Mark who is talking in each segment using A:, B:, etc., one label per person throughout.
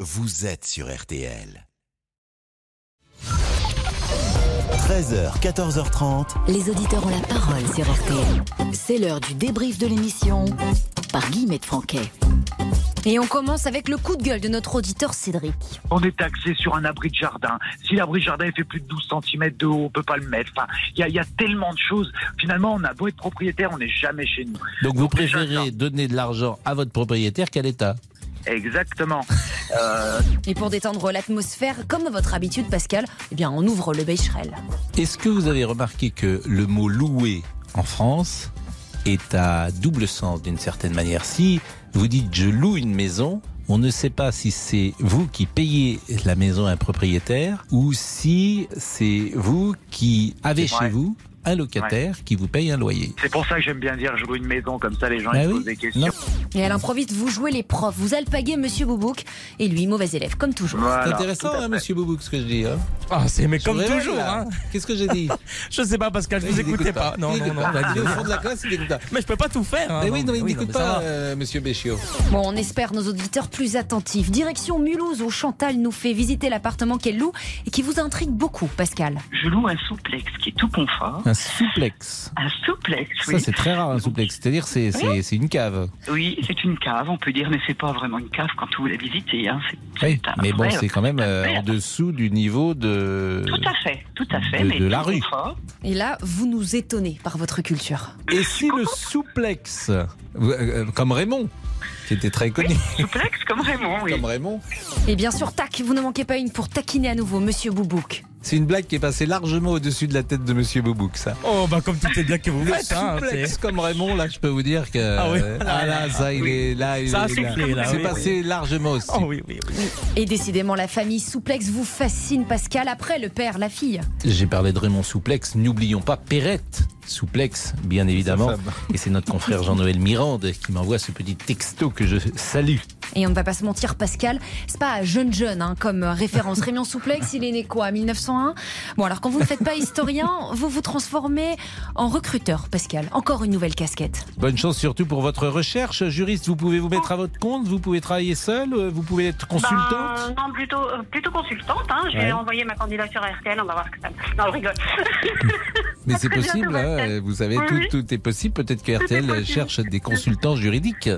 A: vous êtes sur RTL. 13h, 14h30.
B: Les auditeurs ont la parole sur RTL. C'est l'heure du débrief de l'émission par Guillemette Franquet. Et on commence avec le coup de gueule de notre auditeur Cédric.
C: On est taxé sur un abri de jardin. Si l'abri de jardin il fait plus de 12 cm de haut, on peut pas le mettre. Enfin, il y, a- il y a tellement de choses. Finalement, on a beau être propriétaire, on n'est jamais chez nous.
D: Donc vous
C: déjà,
D: préférez donner de l'argent à votre propriétaire qu'à l'État
C: Exactement. Euh,
B: Et pour détendre l'atmosphère, comme à votre habitude, Pascal, eh bien, on ouvre le Becherel.
D: Est-ce que vous avez remarqué que le mot louer en France est à double sens d'une certaine manière Si vous dites je loue une maison, on ne sait pas si c'est vous qui payez la maison à un propriétaire ou si c'est vous qui avez
C: C'est vrai.
D: chez vous un locataire qui vous paye un loyer.
C: c'est pour ça que j'aime bien dire je loue une maison, comme ça les gens ils
D: Bah
C: se
D: oui.
C: posent des questions.
D: Non.
B: Et à l'improviste, vous jouez les profs, vous alpaguez Monsieur Boubouk, et lui, mauvais élève, comme toujours.
C: Voilà,
D: C'est intéressant,
C: tout à
D: hein,
C: fait.
D: monsieur Boubouk, ce que je dis. hein.
E: Ah, c'est mais
D: Je
E: comme
D: révèle,
E: toujours.
D: là.
E: Hein.
D: Qu'est-ce que j'ai dit
E: Je sais pas, Pascal, je vous
D: Il
E: écoutais
D: écoute
E: pas. Non,
D: Il
E: non,
D: écoute
E: non.
D: pas.
E: bah,
D: Il est au fond de la classe, il écoute pas.
E: Mais je peux pas tout faire. hein.
D: Mais oui, Ah non, il
E: mais
D: n'écoute
E: ça
D: pas,
E: va.
D: euh, monsieur Béchiot.
B: Bon, on espère nos auditeurs plus attentifs. Direction Mulhouse, où Chantal nous fait visiter l'appartement qu'elle loue et qui vous intrigue beaucoup, Pascal.
F: Je loue un souplex qui est tout confort.
D: Un souplex.
F: Un souplex,
D: Ça,
F: oui.
D: c'est très rare, un souplex. C'est-à-dire, c'est c'est- c'est une cave.
F: Oui, c'est une cave, on peut dire, mais c'est pas vraiment une cave quand vous la visitez. Hein. C'est- c'est un
D: Mais bon,
F: vrai-
D: c'est quand même euh, en
F: verre.
D: dessous du niveau de.
F: Tout à fait, tout à fait.
D: de-
F: mais
D: de la
F: tout
D: rue.
F: confort.
B: Et là, vous nous étonnez par votre culture.
D: Et si le souplex, euh, euh, comme Raymond, qui était très connu,
F: Souplex comme Raymond, oui.
D: comme Raymond,
B: Et bien sûr, tac, vous ne manquez pas une pour taquiner à nouveau Monsieur Boubouk.
D: c'est une blague qui est passée largement au-dessus de la tête de monsieur Boubouk, ça.
E: Oh, bah, comme tout est bien que vous
D: Le
E: faites. Hein,
D: souplex
E: c'est-
D: comme Raymond, là, je peux vous dire que.
E: Ah oui.
D: Ah là, ça, il est là. il
E: Ça a
D: est là.
E: soufflé, là,
D: C'est
E: oui,
D: passé largement aussi.
E: Oh, oui, oui, oui.
B: Et décidément, la famille souplex vous fascine, Pascal. Après, le père, la fille.
D: J'ai parlé de Raymond Souplex, n'oublions pas Perrette Souplex, bien évidemment. Et c'est notre confrère Jean-Noël Mirande qui m'envoie ce petit texto que je salue.
B: Et on ne va pas se mentir, Pascal, c'est pas jeune jeune hein, comme référence. Raymond Souplex, il est né quoi 1901 Bon, alors quand vous ne faites pas historien, vous vous transformez en recruteur, Pascal. Encore une nouvelle casquette.
D: Bonne chance surtout pour votre recherche. Juriste, vous pouvez vous mettre à votre compte, vous pouvez travailler seul, euh, vous pouvez être consultante.
G: Ben, Non, plutôt, euh, plutôt consultante. hein. Je
D: Ouais.
G: vais envoyer ma candidature à RTL, on va voir ce que ça donne. Non, je rigole.
D: Mais c'est
G: très bientôt,
D: possible, hein,
G: Pascal.
D: vous savez,
G: Oui,
D: tout,
G: oui.
D: tout est possible. Peut-être que RTL
G: possible.
D: cherche des consultants juridiques.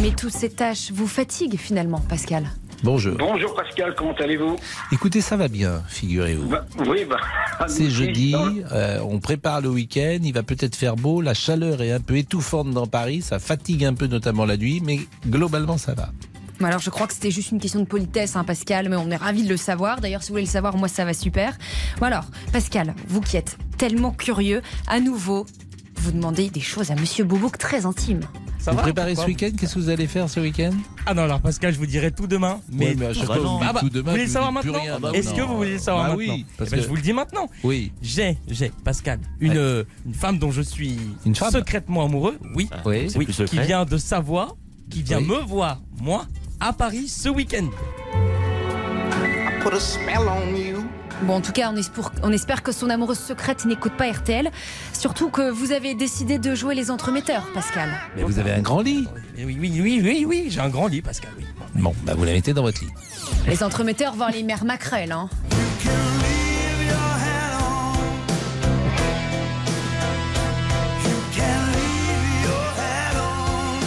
B: Mais toutes ces tâches vous fatiguent finalement, Pascal.
D: Bonjour.
H: Bonjour Pascal, comment allez-vous
D: Écoutez, ça va bien, figurez-vous.
H: Bah, Oui, bah,
D: C'est jeudi, euh, on prépare le week-end, il va peut-être faire beau, la chaleur est un peu étouffante dans Paris, ça fatigue un peu notamment la nuit, mais globalement ça va.
B: Bon, Alors je crois que c'était juste une question de politesse, hein, Pascal, mais on est ravis de le savoir. D'ailleurs, si vous voulez le savoir, moi ça va super. Bon alors, Pascal, vous qui êtes tellement curieux, à nouveau, vous demandez des choses à Monsieur Boubouk très intimes.
E: Ça
D: vous
E: va,
D: préparez ce
E: pourquoi
D: week-end, qu'est-ce que vous allez faire ce week-end
E: Ah non, alors, Pascal, je vous dirai tout demain. Mais.
D: Ouais, mais à chaque fois, vous
E: Ah
D: dites
E: bah,
D: tout demain,
E: vous voulez
D: vous
E: le savoir
D: dites plus
E: maintenant
D: rien, bah
E: Est-ce
D: non.
E: que vous voulez le savoir
D: Bah
E: maintenant
D: oui,
E: Eh
D: parce
E: ben,
D: que-
E: Je vous le dis maintenant.
D: Oui,
E: J'ai, j'ai, Pascal, une,
D: Ouais.
E: euh, une femme dont je suis
D: Une femme Ah,
E: secrètement amoureux, oui,
D: oui.
E: oui qui vient de Savoie, qui vient
D: Oui.
E: me voir, moi, à Paris ce week-end.
B: Bon, en tout cas, on espère, on espère que son amoureuse secrète n'écoute pas RTL. Surtout que vous avez décidé de jouer les entremetteurs, Pascal.
D: Mais vous avez un grand lit
E: Eh Oui, oui, oui, oui, oui, j'ai un grand lit, Pascal, oui.
D: Bon, bah vous la mettez dans votre lit.
B: Les entremetteurs vont les mères maquerelles, hein.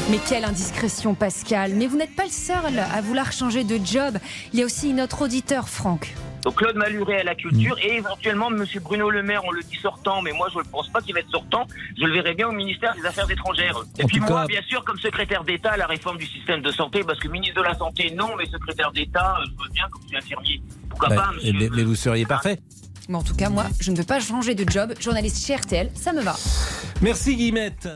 B: Mais quelle indiscrétion, Pascal. Mais vous n'êtes pas le seul à vouloir changer de job. Il y a aussi notre auditeur, Franck.
I: Donc Claude Maluret à la culture
D: Mm.
I: et éventuellement Monsieur Bruno Le Maire, on le dit sortant, mais moi je ne pense pas qu'il va être sortant. Je le verrai bien au ministère des Affaires étrangères. Et
D: En
I: puis
D: tout
I: moi,
D: cas-
I: bien sûr, comme secrétaire d'État à la réforme du système de santé, parce que ministre de la santé, non, mais secrétaire d'État, euh, je veux bien comme je suis infirmier. Pourquoi
D: Bah,
I: pas
D: eh
I: Monsieur
D: bien, mais, vous seriez parfait.
B: Mais en tout cas, moi, je ne veux pas changer de job. Journaliste chez RTL, ça me va.
D: Merci Guillemette